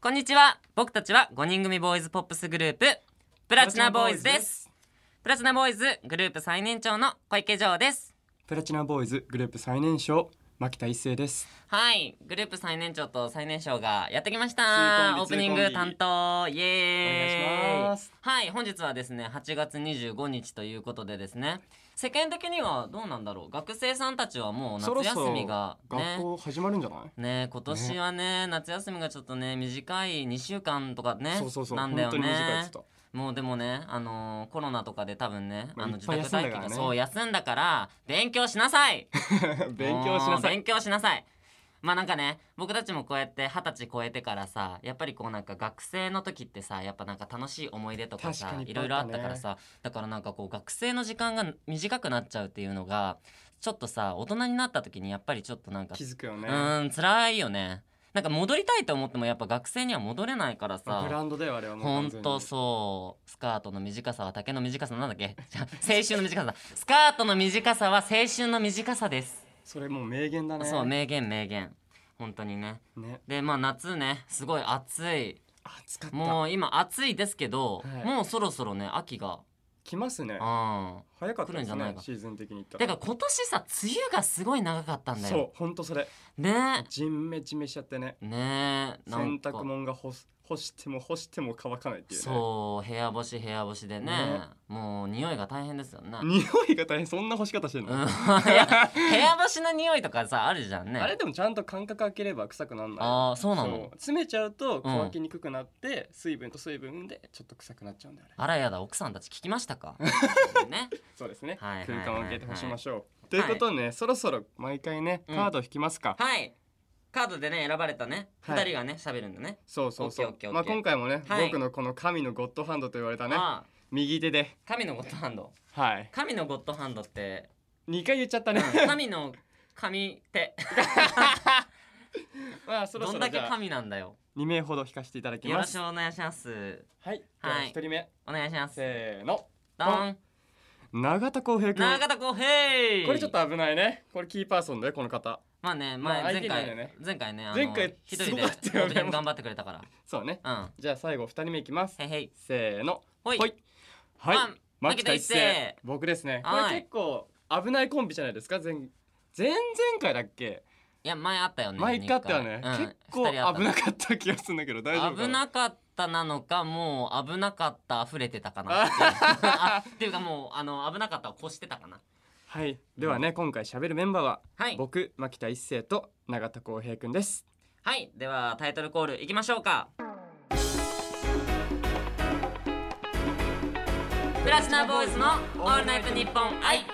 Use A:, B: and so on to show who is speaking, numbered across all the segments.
A: こんにちは僕たちは5人組ボーイズポップスグループプラチナボーイズですプラチナボーイズグループ最年長の小池城です
B: プラチナボーイズグループ最年少牧田一成です
A: はいグループ最年長と最年少がやってきましたオー
B: ツ
A: プ
B: ーコン
A: ニン
B: ビ
A: グ担当イエーイ
B: お願いします
A: はい本日はですね8月25日ということでですね世間的にはどうなんだろう学生さんたちはもう夏
B: そろそ
A: 休
B: ろ
A: みがね
B: 学校始まるんじゃない
A: ね今年はね夏休みがちょっとね短い2週間とかね
B: そうそうそう
A: なん
B: 本
A: だよ
B: 当に短いっ
A: ね
B: つった
A: もうでもねあのーコロナとかで多分ね、
B: まあ
A: あの
B: いっ
A: 自
B: ぱい
A: 宅待機
B: 休んだ
A: が
B: からね
A: そう休んだから勉強しなさい
B: 勉強しな
A: もう
B: さい
A: 勉強しなさいまあなんかね僕たちもこうやって二十歳超えてからさやっぱりこうなんか学生の時ってさやっぱなんか楽しい思い出とかさ
B: 確かに
A: い
B: いっ
A: ろ
B: ぱ
A: い
B: い
A: ろあ
B: あ
A: っ
B: ったね
A: たからさだからなんかこう学生の時間が短くなっちゃうっていうのがちょっとさ大人になった時にやっぱりちょっとなんか
B: 気づくよ
A: う
B: ね
A: ーん辛いよねなんか戻りたいと思ってもやっぱ学生には戻れないから
B: ブラ
A: さ
B: ンドだよあれはもう
A: ほん
B: 完全に
A: とそうスカートの短さは丈の短さなんだっけ じゃあ青春の短さだスカートの短さは青春の短さです、
B: それもう名言だね
A: そう名言名言本当にね
B: ね
A: でまあ夏ねすごい暑い
B: 暑かった
A: もう今暑いですけど、
B: はい
A: もうそろそろね秋が
B: 来ますね
A: うん
B: 早かったで
A: 来るんじゃ
B: す
A: ない
B: ね
A: か
B: シーズン的に言った
A: だから今年さ梅雨がすごい長かったんだ
B: そう
A: よ
B: ほんとそれ
A: ね
B: ジンメジメしちゃってね
A: ねえなん
B: 洗
A: か
B: 濯物が干す干しても干しても乾かないっていうね
A: そう部屋干し部屋干しでね
B: ね
A: もう匂いが大変ですよね、
B: 匂いが大変そんな干し方してん
A: うん、い
B: の
A: や部屋干しの匂いとかさあるじゃんね
B: あれでもちゃんと間隔空ければ臭くなんない
A: あーそうな
B: そう
A: の
B: 詰めちゃうと乾きにくくなって、水分と水分でちょっと臭くなっちゃうんだよね
A: あらやだ奥さんたち聞きました かね
B: そうですね、
A: はいはいはいはい
B: 空間を空けて干しましょうということでね、そろそろ毎回ね
A: うん
B: カード引きますか、
A: はいカードでね選ばれたね
B: はい
A: 二人がね喋るんだね、
B: そうそうそ
A: オッ
B: う
A: ケーオッケーオッケー
B: まあ今回もね、
A: はい
B: 僕のこの神のゴッドハンドと言われたね
A: ああ
B: 右手で
A: 神のゴッドハンド
B: はい
A: 神のゴッドハンドって、
B: 2回言っちゃった
A: う
B: ね、
A: ん神の神手
B: まあそろ
A: ど
B: そ
A: ん
B: ろ
A: だ
B: じ
A: け
B: ゃあ
A: 神なんだよ
B: 2名ほど引かせていただき
A: よろ
B: ま
A: し
B: す
A: くお願いします
B: はいで
A: はい
B: は1人目、
A: お願いします
B: せーの
A: ドン
B: 永田浩平君
A: 永田浩平
B: これちょっと危ないねこれキーパーソンだよこの方
A: まあね、
B: まあ
A: 前前
B: 相手
A: 回、
B: にはね
A: 前回ね、あの
B: 前回
A: 一人
B: す
A: で
B: ごかったよね
A: オープニング頑張ってくれたか
B: そうね
A: ら。
B: じゃあ最後2人目いきます
A: うん。へいへい。
B: せーの
A: ほい。
B: ほいはい
A: あ牧
B: 牧
A: 田
B: 田
A: 一
B: 一
A: 成
B: 成僕ですねこ
A: はい
B: れ結構危ないコンビじゃないですか前前々回だっけ
A: いや、前あったよね。
B: 毎回あったよね
A: 二回
B: 結
A: う
B: 構
A: ん二人あった
B: 危なかった気がするんだけど大丈夫か
A: 危
B: な
A: なかったなのか、もう危なかった溢れてたかな っていうあっていうか、もうあの危なかったを越してたかな。
B: はいではね今回喋るメンバーは
A: はい。
B: 僕牧田一成と永田浩平くんです
A: はい。では、タイトルコールいきましょうか。プラチナボーイズのオールナイトニッポン愛。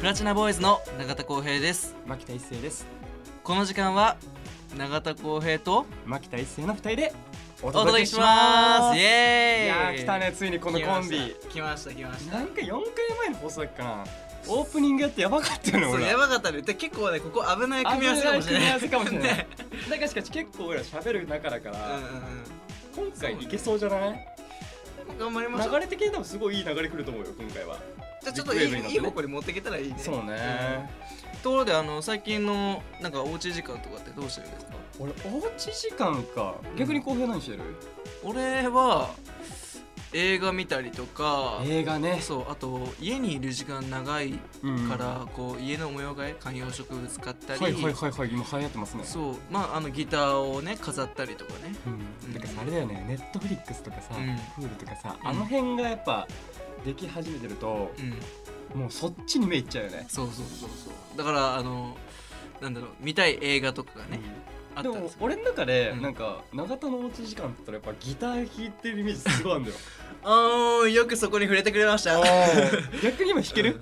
C: プラチナボーイズの永田浩平です
B: 牧田一成です
C: この時間は永田浩平と
B: 牧田一成の2人でお
C: お届けしますイエーイ
B: いやー来たねついにこのコンビ
C: 来ました来ました来ま
B: なんか4回前の放送だっけかなオープニングやってやばかったよね
C: したそう
B: 俺ら
C: やばかったねで結構ねここ危ない組み合わせかもし
B: 危ない組
C: れない
B: み合わせかもしれない
C: ね
B: なんかしかし結構俺ら喋る中だか
C: う
B: ら、
C: ん
B: 今回いけそうじゃない
C: うんうん頑張りましょ
B: 流
C: う
B: れ的に多分すごいいい流れ来ると思うよ今回は
C: じゃあちょっと
B: ビ
C: い
B: ッグウェーブになってね
C: いいい方向に持っていけたらいいね
B: そうね、
C: ところであの最近のなんかおうち時間とかってどうしてるんですか
B: 俺おうち時間か逆に浩平何してる、
C: 俺は映画見たりとか
B: 映画ね
C: そうあと家にいる時間長い
B: うん
C: からこう家の模様替え観葉植物買ったり
B: はいはいはいはい今流行ってますね
C: そうまああのギターをね飾ったりとかね
B: うん、だからさあれだよねネットフリックスとかさ、
C: う
B: フ
C: ん
B: Hulu とかさ、
C: うん
B: あの辺がやっぱでき始めてると、
C: うん
B: もうそっちに目いっちゃうよね、
C: そうそうそうそうだからあのなんだろう見たい映画とかがね、あった
B: で
C: ら
B: も俺の中で、
C: うん
B: なんか永田のおうち時間って言ったらやっぱギター弾いてるイメージすごいあるんだよ
C: あーよくそこに触れてくれました
B: 逆に今弾ける、い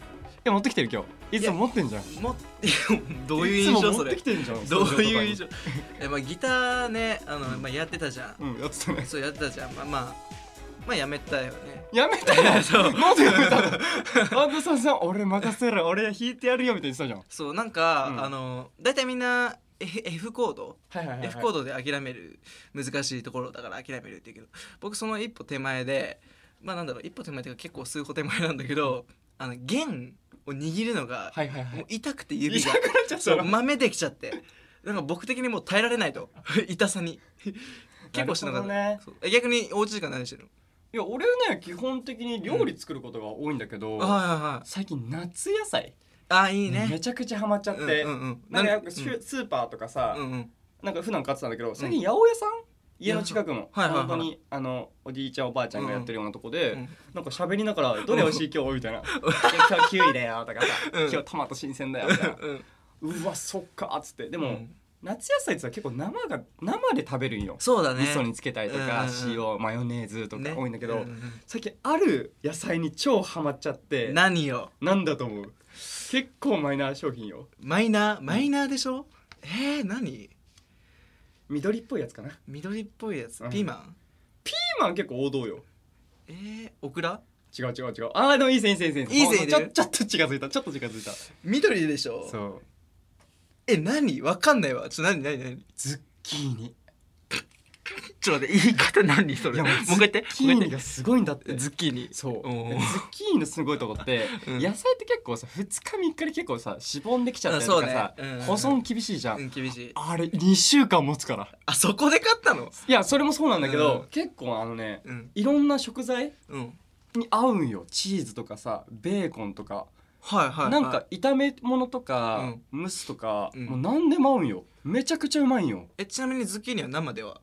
B: や持ってきてる今日いつも持ってんじゃん
C: もどういう
B: つ
C: 印
B: も
C: 象
B: 持
C: そ
B: って
C: れ
B: きてんじゃん
C: どういう印
B: 象
C: 象え、まあ、ギターねあの、まあ、やってたじゃん、
B: うんやってたね
C: そうやってたじゃんまあまあまあやめたよね
B: やめたよ
C: そう
B: なんでやめたのアンドさんさん俺任せろ俺弾いてやるよみたいに言ってたじ
C: そうなんか、
B: うん
C: あの大体みんな F, F コード
B: ゃんはいはい
C: F コードで諦める難しいところだから諦めるって言うけど僕その一歩手前でまあなんだろう一歩手前っていうか結構数歩手前なんだけどあの弦を握るのが、
B: はいはいは
C: もう
B: い
C: 痛くて指が
B: 痛くなっちゃった
C: そう
B: の
C: 豆できちゃってなんか僕的にもう耐えられないと 痛さに結構しなかった、
B: なるほどね
C: そうえ逆におうち時間何してる
B: いや俺ね基本的に料理作ることが多いんだけど、
C: のはいはいはい
B: 最近夏野菜
C: あいいね
B: めちゃくちゃハマっちゃっ
C: う
B: て、
C: んうんうん
B: なんかよく
C: う
B: スースーパーとかさ、
C: うんうん
B: なんか普段買ってたんだけど最近八百屋さん、家の近くの、
C: はいはいはい
B: 本当にあのおじいちゃんおばあちゃんがやってるようなとこで、
C: うん
B: なんか喋りながら「どれ美味しい今日」みたいな「いや今日キウイだよ」とかさ「
C: うん
B: 今日トマト新鮮だよ」みたいな
C: う
B: 「
C: ん
B: うわそっか」っつってでも、
C: うん
B: 夏野菜ってさ結構生が生で食べるんよ、
C: そうだね
B: 味噌につけたりとか、
C: うんうん
B: 塩マヨネーズとか
C: ね
B: 多いんだけど、
C: ううん
B: 最近ある野菜に超ハマっちゃって
C: うん何よ
B: なんだと思う結構マイナー商品よ
C: マイナーマイナーでしょえー、何
B: 緑っぽいやつかなピ
C: 緑っぽいやつ
B: うん
C: ピーマン
B: ーマン結構王道よ
C: えー、オクラ
B: 違う違う違うああでもいい線いい線いい線
C: いい線
B: ち
C: 入れ
B: ょ
C: る
B: ちょっと近づいたちょっと近づいた
C: 緑でしょ
B: そう
C: え何わかんないわちょ何何何
B: ズッキーニ
C: ちょっと待って言い方何そ
B: い
C: れ
B: や
C: もう
B: もう
C: 一回言っ
B: ズッ
C: て
B: キーニがすごいんだって
C: ズッキーニ
B: そうズ
C: おー
B: ッキーニのすごいとこって、
C: うん
B: 野菜って結構さ2日3日で結構さしぼんできちゃったりとかさ、
C: あそうねうん
B: 保存厳しいじゃん、
C: うん厳しい
B: あれ2週間持つから
C: あそこで買ったの
B: いやそれもそうなんだけど、
C: うん
B: 結構あのね
C: うん
B: いろんな食材
C: うん
B: に合うんよチーズとかさベーコンとか、
C: はいはい、はい、
B: なんか炒め物とか、蒸すとか、
C: うん
B: もう何でも合うんよめちゃくちゃうまいんよ
C: えちなみにズッキーニは生ではい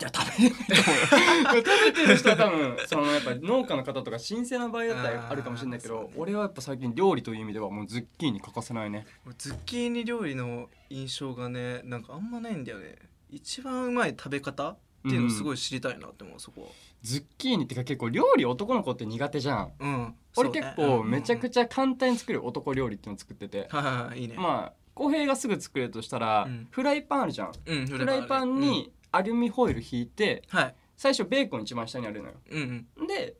B: や食べれないと思うよ 食べてる人は多分そのやっぱ農家の方とか新鮮な場合だった
C: あ
B: ら
C: ー
B: あるかもしれないけ
C: そう
B: ど、
C: ね
B: 俺はやっぱ最近料理という意味ではもうズッキーニ欠かせないね
C: 俺ズッキーニ料理の印象がねなんかあんまないんだよね一番うまい食べ方っていうのをすごい知りたいなって思う、そこ
B: ズッキーニってか結構料理男の子って苦手じゃん
C: はうん
B: 俺結構めちゃく
C: ち
B: ちゃ簡単に作る男料理っていうのを作ってて、
C: ゃ、はいはいはいいいね、
B: まあ浩平がすぐ作れるとしたら、
C: うん
B: フライパンあるじゃん
C: うん
B: フライパン、にアルミホイル引いて
C: うんはい
B: 最初ベーコン一番下にあるのよ
C: うんうん
B: で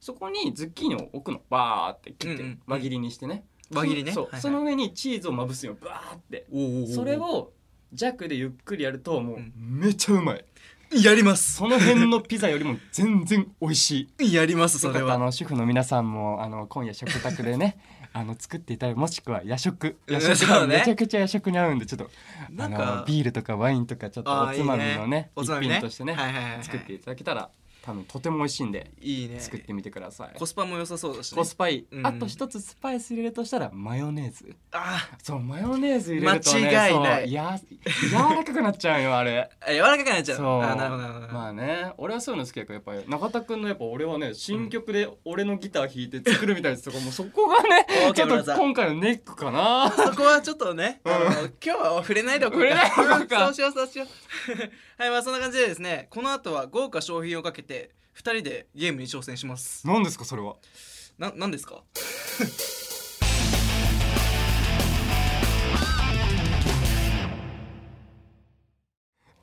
B: そこにズッキーニを置くのバーって切っ
C: うんう
B: て
C: ん
B: 輪切りにしてね
C: 輪切りね
B: そう、
C: はいはい
B: その上にチーズをまぶすよバーって
C: おうおうおう
B: それを弱でゆっくりやるともう
C: うん
B: めちゃうまい
C: やります
B: その辺のピザよりも全然美味しい
C: やります
B: よ
C: そ
B: か
C: れ
B: ったあ
C: は
B: の主婦の皆さんもあの今夜食卓で ねあの作っていただいもしくは夜食
C: うん
B: 夜食
C: そ
B: が
C: うね
B: めちゃくちゃ夜食に合うんでちょっと
C: な
B: あ
C: ん
B: の
C: か
B: ビールとかワインとかちょっとお
C: あーい
B: つ
C: い
B: まみのね
C: おつま
B: 一
C: みね
B: 品としてね
C: はいはいはいはい
B: 作っていただけたら多分とても美味しいんで
C: いいね
B: 作ってみてください
C: コスパも良さそうだし、ね、
B: コスパいい
C: うん
B: あと一つスパイス入れるとしたらマヨネーズ
C: あ
B: そうマヨネーズ入れるとね
C: 間違いない
B: そうや柔らかくなっちゃうよあれ
C: ー柔らかくなっちゃう
B: そう
C: あなるほどなるほど、
B: まあね俺はそういうの好きやからやっぱり中田君のやっぱ俺はね新曲で俺のギター弾いて作るみたいなやつとかもうそこがね
C: オー
B: ち
C: ケー
B: ょ
C: ブラ
B: っと
C: ザー
B: 今回のネックかな
C: そこはちょっとね、あの今日は触れないでおこう
B: 触
C: か
B: れないでおこうか
C: そうしようそうしようはいまあそんな感じでですねこの後は豪華賞品をかけて二人でゲームに挑戦します
B: 何ですかそれは
C: な何ですか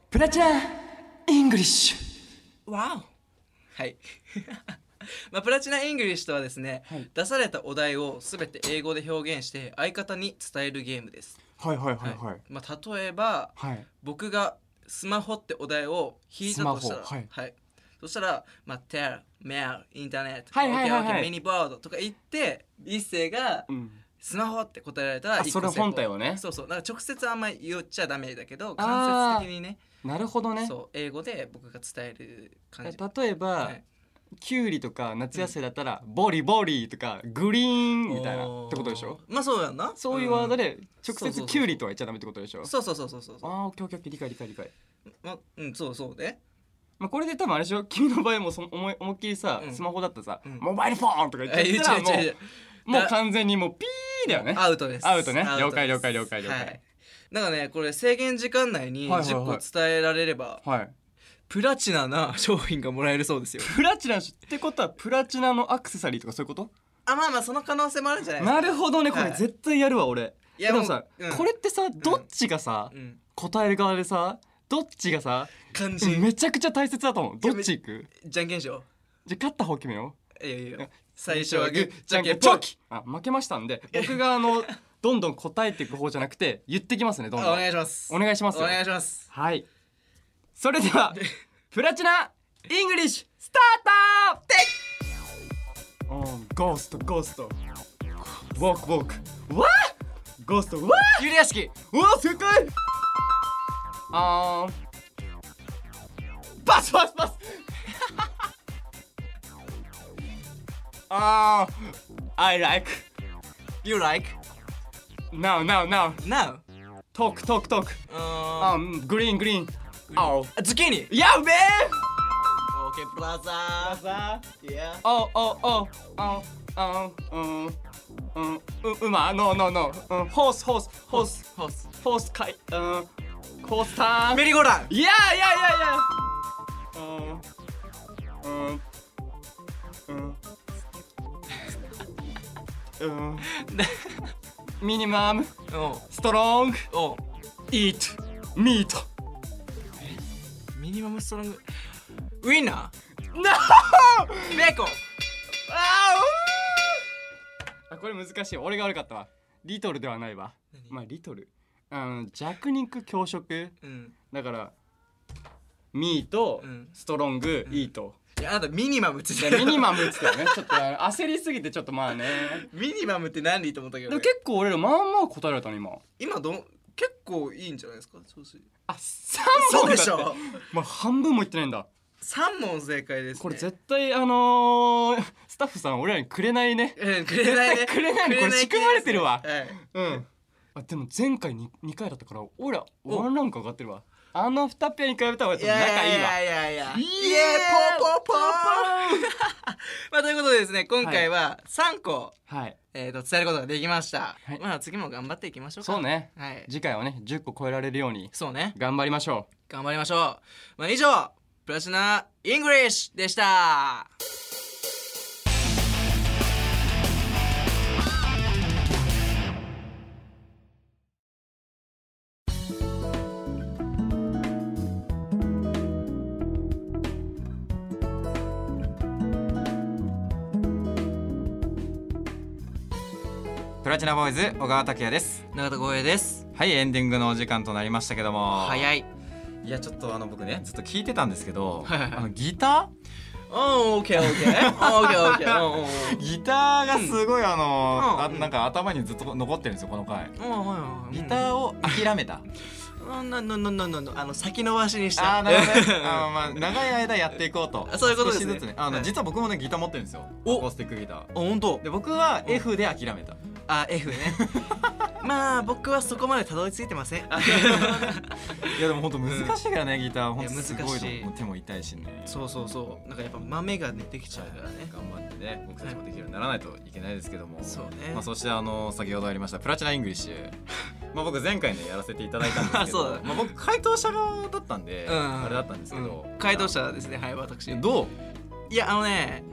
B: プラチナイングリッシュ
C: わおはい まあ、プラチナ・イングリッシュとはですね、出されたお題を全て英語で表現して相方に伝えるゲームです、
B: はいはいは
C: はい
B: はい
C: まあ、例えば
B: はい
C: 僕がスマホってお題を引いたとしたら、
B: スマホはい
C: そしたら、まあ、テラ、メール、インターネット、
B: はいはいはいはい
C: オッケーオッケーミニボードとか言って、一斉が
B: うん
C: スマホって答えられたら
B: あ
C: 一個
B: それ
C: 成功
B: 本体をね
C: そうそう、なんか直接あんまり言っちゃダメだけど、
B: あー
C: 間接的にね、
B: なるほどね
C: そう、英語で僕が伝える感
B: え
C: じ。
B: 例えば、
C: はい
B: キュウリとか夏野菜だったら、ボリボリとかグリーンみたいなってことでしょ
C: まあそうやんな。
B: そういうワード
C: で。
B: で直
C: そうそうそ
B: 接
C: う
B: キュウリとは言っちゃダメってことでしょ
C: そうそうそうそうそう
B: あ
C: そう。
B: あオッケーオッケーオッケー理解理解理解
C: まあ、うん、そうそうね。
B: まあ、これで多分あれでしょ君の場合もその思い思いっきりさ、
C: うん
B: スマホだったらさ、
C: うん
B: モバイルフォンとか言っ
C: え、
B: ち
C: 違
B: ゃ
C: う
B: ったらもう
C: 違う違う。
B: もう完全にもうピーだよね
C: アウトです。
B: アウトね
C: です
B: 了解了解了解了解
C: はいなんかね、これ制限時間内に
B: はいはい
C: 10
B: はい
C: 個伝えられれば、
B: はい
C: プラチナな商品がもらえるそうですよ。
B: プラチナってことはプラチナのアクセサリーとかそういうこと
C: あ、まあまあ、その可能性もあるんじゃないです
B: な
C: か。
B: るほどねこ
C: は
B: れ
C: い
B: 絶対やるわ俺
C: い
B: でもさ、
C: うん
B: これってさどっちがさ、
C: うん。
B: 答える側でさどっちがさ
C: 肝心。
B: めちゃくちゃ大切だと思うどっちいく
C: じゃんけんしよ
B: じゃあ勝った方決めよう
C: う。いやいやいや。最初はグー、じゃんけん
B: チ
C: ポ
B: ョ
C: ン。
B: キあ負けましたんで僕があのどんどん答えていく方じゃなくて言ってきますねどんどん
C: あお願いします。
B: お願いしますよ
C: お願いします。
B: はい。それで は、プラチナイングリッシュスタートゴースト、ゴースト。
D: ウォークウォークわあゴーストわ
C: ユリア式
D: あわあ正解あーパスパスパ スあー I like
C: You like
D: now now now
C: now?
D: トークトークトーク
C: うーん
D: あんグリーングリーン青
C: ズッキーニ
D: やべえ
C: OK ブラザ
D: さ
C: ー Yeah
D: おおおああうんうんう馬ノーノーノーうんホースホースホース
C: ホース
D: ホースかい、うん、コースター。
C: メリーゴーラン
D: いやいやいやいや。うん。うん。 うん。うん。ミニマム、
C: おう
D: ストロング、
C: おう
D: イート、ミート。
C: ミニマムストロングウィンナ
D: No!
C: ーベーコン
D: あーうーあこれ難しい。俺が悪かったわ。リトルではないわ。まあリトル。うん、弱肉強食。
C: うん
D: だから、ミート、
C: うん
D: ストロング、イート。
C: いやあなたミニマムって
D: いやミニマムっつった よねちょっとあの焦りすぎてちょっとまあね
C: ミニマムって何と思ったけ
D: でも
C: ど俺
D: 結構俺らまあまあ答えられたね今
C: 今どん結構いいんじゃないですか調子
D: あ三
C: そう
D: だ
C: で
D: って
C: しょ
D: まあ半分もいってないんだ
C: 3問正解です、ね、
D: これ絶対あのー、スタッフさん俺らにくれないね
C: うんくれない ね
D: くれないねこれ仕組まれてるわ
C: はい
D: うんあでも前回に2回だったから俺らワンランク上がってるわあの2ペアに比べたら俺
C: い
D: と
C: や
D: 仲いいわ
C: いやいやいやいや
D: いいえ
C: ポーポーポーまあということでですね今回は3個、
D: はい
C: えー、と伝えることができました、
D: はい
C: まあ次も頑張っていきましょうか
D: そうね
C: はい
D: 次回はね10個超えられるように
C: そうね
D: 頑張りましょ
C: 頑張りましょうまあ以上プラチナイングリッシュでした
B: プラチナボーイズ小川拓也です
C: 永田光栄です
B: はいエンディングのお時間となりましたけども
C: 早い
B: いやちょっとあの僕ねずっと聞いてたんですけど、
C: はいはいはい
B: あのギタ
C: おー オーケーオーケーオーケーオーケ ーおーお
B: ー
C: ー
B: ギターがすごいあの、
C: うん
B: あ
C: うん
B: なんか頭にずっと残ってるんですよこの回、
C: おーおーおー
B: ギターを諦めた、
C: うんななななななあの先延ばしにした
B: あーなるほ どねあーまあ長い間やっていこうと
C: あそういうことですね
B: 少しずつねあの、
C: はい
B: 実は僕もねギター持ってるんですよ
C: お
B: アコースティックギタ
C: あ本当
B: ーで僕は F で諦めた、
C: あ F ねまあ僕はそこまでたどり着いてませ ん
B: いやでも本当難しいからね、ギター本当
C: いや
B: すごいと
C: 難しい
B: 思う手も痛いしね
C: そうそうそうなんかやっぱ豆が出てきちゃうからね
B: 頑張ってね僕たちもできるようにならないといけないですけども、
C: そうね
B: まあ、そしてあの先ほどありましたプラチナイングリッシュまあ僕前回ねやらせていただいたんですけ
C: そ
B: ど
C: うだね
B: まあ、僕回答者側だったんで、
C: うん
B: あれだったんですけど、
C: うん回答者ですねはい私
B: どう
C: いやあのね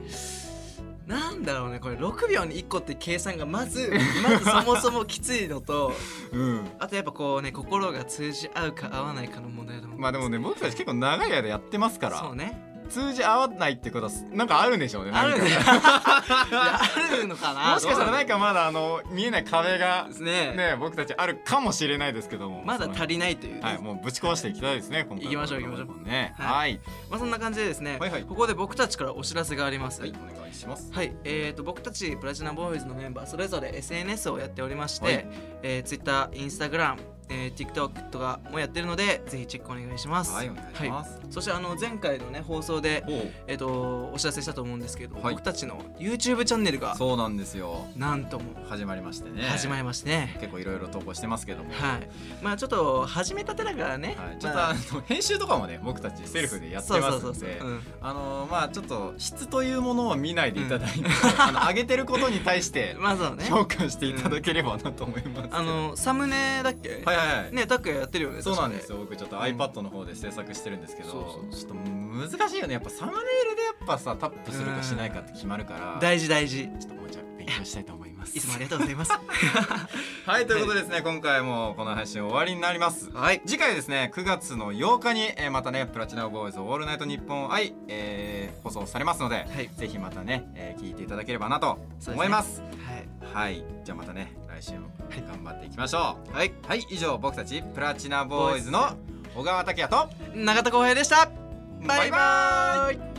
C: なんだろうねこれ6秒に1個って計算が まずまずそもそもきついのと
B: うん
C: あとやっぱこうね心が通じ合うか合わないかの問題だと思う
B: まあでもね僕たち結構長い間やってますから
C: そうね
B: 通じ合わないってことはなんかあるんでしょうね
C: あるん
B: 何
C: だ
B: か
C: よいやあるのかな
B: もしかしたら
C: い
B: 何かまだあの見えない壁が
C: ですね
B: ね僕たちあるかもしれないですけども
C: まだ足りないというね、
B: はいもうぶち壊していきたいですね今回
C: 行きましょう行きましょう
B: うね
C: は
B: はい
C: まあそんな感じでですね、
B: はいはい
C: ここで僕たちからお知らせがあります、
B: はい、お願いします。
C: はい、えー、と僕たちプラチナボーイズのメンバーそれぞれ SNS をやっておりまして、
B: はい
C: えー、Twitter、Instagram、えー、TikTok とかもやってるのでぜひチェックお願いします。
B: はい、お願いし
C: は
B: ます。
C: いそしてあの前回のね放送で、
B: おう
C: えー、とお知らせしたと思うんですけど、
B: はい
C: 僕たちの YouTube チャンネルが
B: そうなんですよ。
C: なんとも
B: 始まりましてね。
C: 始まりましてね。
B: 結構いろいろ投稿してますけども。
C: はい、まあちょっと始めたてだからね、
B: はいちょっとあ
C: まあ
B: の編集とかもね僕たちセルフでやってます
C: そう
B: の
C: そうそう
B: で
C: そううん
B: あのまあちょっと質というものを見ないでいただいて、 あの上げてることに対して
C: まずはね
B: 評価していただければなと思いますけど、
C: あのサムネだっけ、
B: はいはいはい、
C: ねタックやってるよね
B: そうなんです
C: よ
B: よ僕ちょっと
C: うん
B: iPad の方で制作してるんですけど、
C: そうそう
B: ちょっと難しいよねやっぱサムネイルでやっぱさタップするかしないかって決まるから
C: 大事大事
B: ちょっともうじゃあ勉強したいと思います
C: いつもありがとうございます
B: はいということでですね、今回もこの配信終わりになります
C: はい
B: 次回ですね9月の8日に、えーまたねプラチナボーイズオールナイトニッポン愛、えー放送されますので、
C: はい
B: ぜひまたね、えー聞いていただければなと
C: そうですね
B: 思います
C: は
B: は
C: い
B: いじゃあまたね来週も頑張っていきましょう
C: はい、
B: はい以上僕たちプラチナボーイズの小川拓也と
C: 永田浩平でした
B: バ
C: バ
B: イ
C: イ
B: バ
C: バ
B: ーイ
C: イ